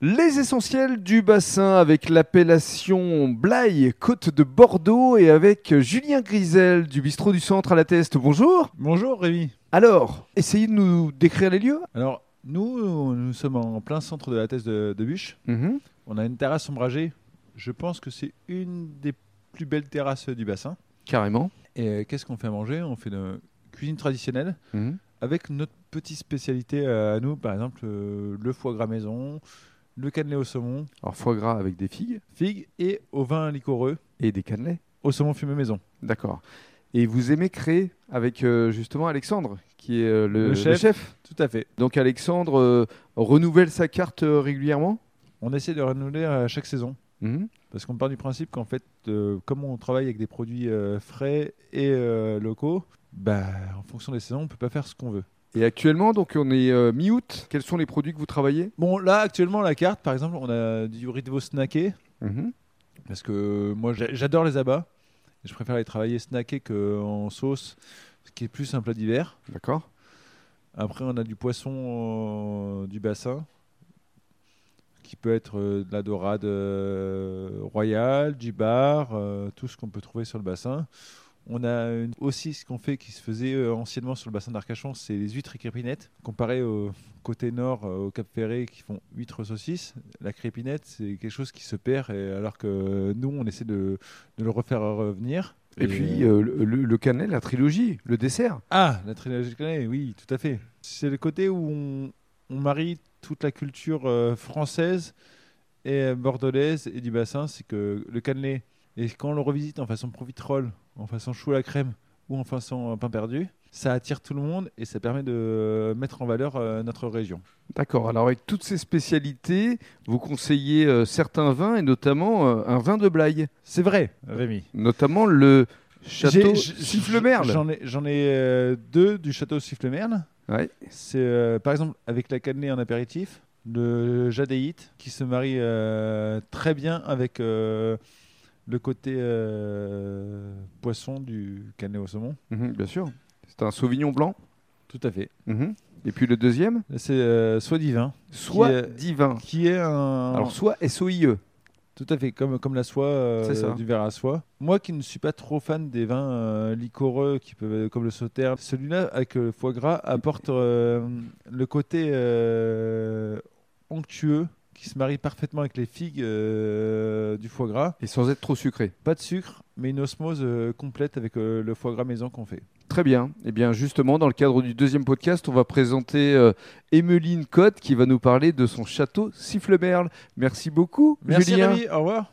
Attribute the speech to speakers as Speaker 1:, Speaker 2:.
Speaker 1: Les essentiels du bassin avec l'appellation Blaye, côte de Bordeaux et avec Julien Grisel du bistrot du centre à la Teste. Bonjour.
Speaker 2: Bonjour Rémi.
Speaker 1: Alors, essayez de nous décrire les lieux.
Speaker 2: Alors, nous, nous sommes en plein centre de la thèse de, de Bûche.
Speaker 1: Mhm.
Speaker 2: On a une terrasse ombragée. Je pense que c'est une des plus belles terrasses du bassin.
Speaker 1: Carrément.
Speaker 2: Et euh, qu'est-ce qu'on fait à manger On fait de cuisine traditionnelle
Speaker 1: Mhm.
Speaker 2: avec notre petite spécialité euh, à nous, par exemple euh, le foie gras maison, le cannelé au saumon,
Speaker 1: Alors, foie gras avec des figues
Speaker 2: figues et au vin liquoreux
Speaker 1: et des cannelés.
Speaker 2: au saumon fumé maison.
Speaker 1: D'accord. Et vous aimez créer avec euh, justement Alexandre, qui est euh, le,
Speaker 2: Le chef. Tout à fait.
Speaker 1: Donc, Alexandre euh, renouvelle sa carte euh, régulièrement.
Speaker 2: On essaie de renouveler à chaque saison.
Speaker 1: Mhm.
Speaker 2: Parce qu'on part du principe qu'en fait, euh, comme on travaille avec des produits euh, frais et euh, locaux, bah, en fonction des saisons, on peut pas faire ce qu'on veut.
Speaker 1: Et actuellement, donc on est euh, mi-août. Quels sont les produits que vous travaillez
Speaker 2: Bon, là, actuellement, la carte, par exemple, on a du Ritvo snacké,
Speaker 1: Mhm.
Speaker 2: parce que moi, j'a- j'adore les abats. Et Je préfère les travailler snackés qu'en sauce, ce qui est plus un plat d'hiver.
Speaker 1: D'accord.
Speaker 2: Après, on a du poisson euh, du bassin, qui peut être euh, de la dorade euh, royale, du bar, euh, tout ce qu'on peut trouver sur le bassin. On a une- aussi ce qu'on fait qui se faisait euh, anciennement sur le bassin d'Arcachon, c'est les huîtres et crépinettes. Comparé au côté nord, euh, au Cap Ferré, qui font huîtres saucisses, la crépinette, c'est quelque chose qui se perd, et alors que euh, nous, on essaie de, de le refaire revenir.
Speaker 1: Et, puis euh, le, le- le cannelle, la trilogie, le dessert.
Speaker 2: Ah, la trilogie de Calais, oui, tout à fait. C'est le côté où on, on marie toute la culture euh, française et euh, bordelaise et du bassin, c'est que le cannelé, et quand on le revisite en façon profiterole, en façon chou à la crème ou en façon euh, pain perdu, ça attire tout le monde et ça permet de euh, mettre en valeur euh, notre région.
Speaker 1: D'accord. Alors avec toutes ces spécialités, vous conseillez euh, certains vins et notamment euh, un vin de Blaye,
Speaker 2: C'est vrai, Rémi.
Speaker 1: notamment le château
Speaker 2: J'ai- j-
Speaker 1: Sifflemerle.
Speaker 2: J'en ai, j'en ai, euh, deux du château Sifflemerle.
Speaker 1: Ouais.
Speaker 2: C'est euh, par exemple avec la cannelée en apéritif, le jadéite qui se marie euh, très bien avec euh, le côté euh, poisson du cannelé au saumon.
Speaker 1: Mhm, bien sûr. C'est un Sauvignon blanc.
Speaker 2: Tout à fait.
Speaker 1: Mhm. Et puis le deuxième,
Speaker 2: C'est euh, soit divin,
Speaker 1: soit
Speaker 2: Qui est-
Speaker 1: divin.
Speaker 2: qui est un.
Speaker 1: Alors soit SOIE.
Speaker 2: Tout à fait, comme, comme la soie, euh,
Speaker 1: C'est ça.
Speaker 2: du verre à soie. Moi qui ne suis pas trop fan des vins euh, liquoreux, qui peuvent, euh, comme le sauterne, celui-là avec le foie gras apporte euh, le côté euh, onctueux qui se marie parfaitement avec les figues euh, du foie gras.
Speaker 1: Et sans être trop sucré.
Speaker 2: Pas de sucre, mais une osmose euh, complète avec euh, le foie gras maison qu'on fait.
Speaker 1: Très bien. Et bien justement, dans le cadre du deuxième podcast, on va présenter euh, Emmeline Cotte qui va nous parler de son château Sifflemerle. Merci beaucoup,
Speaker 2: Merci
Speaker 1: Julien.
Speaker 2: Rémi, au revoir.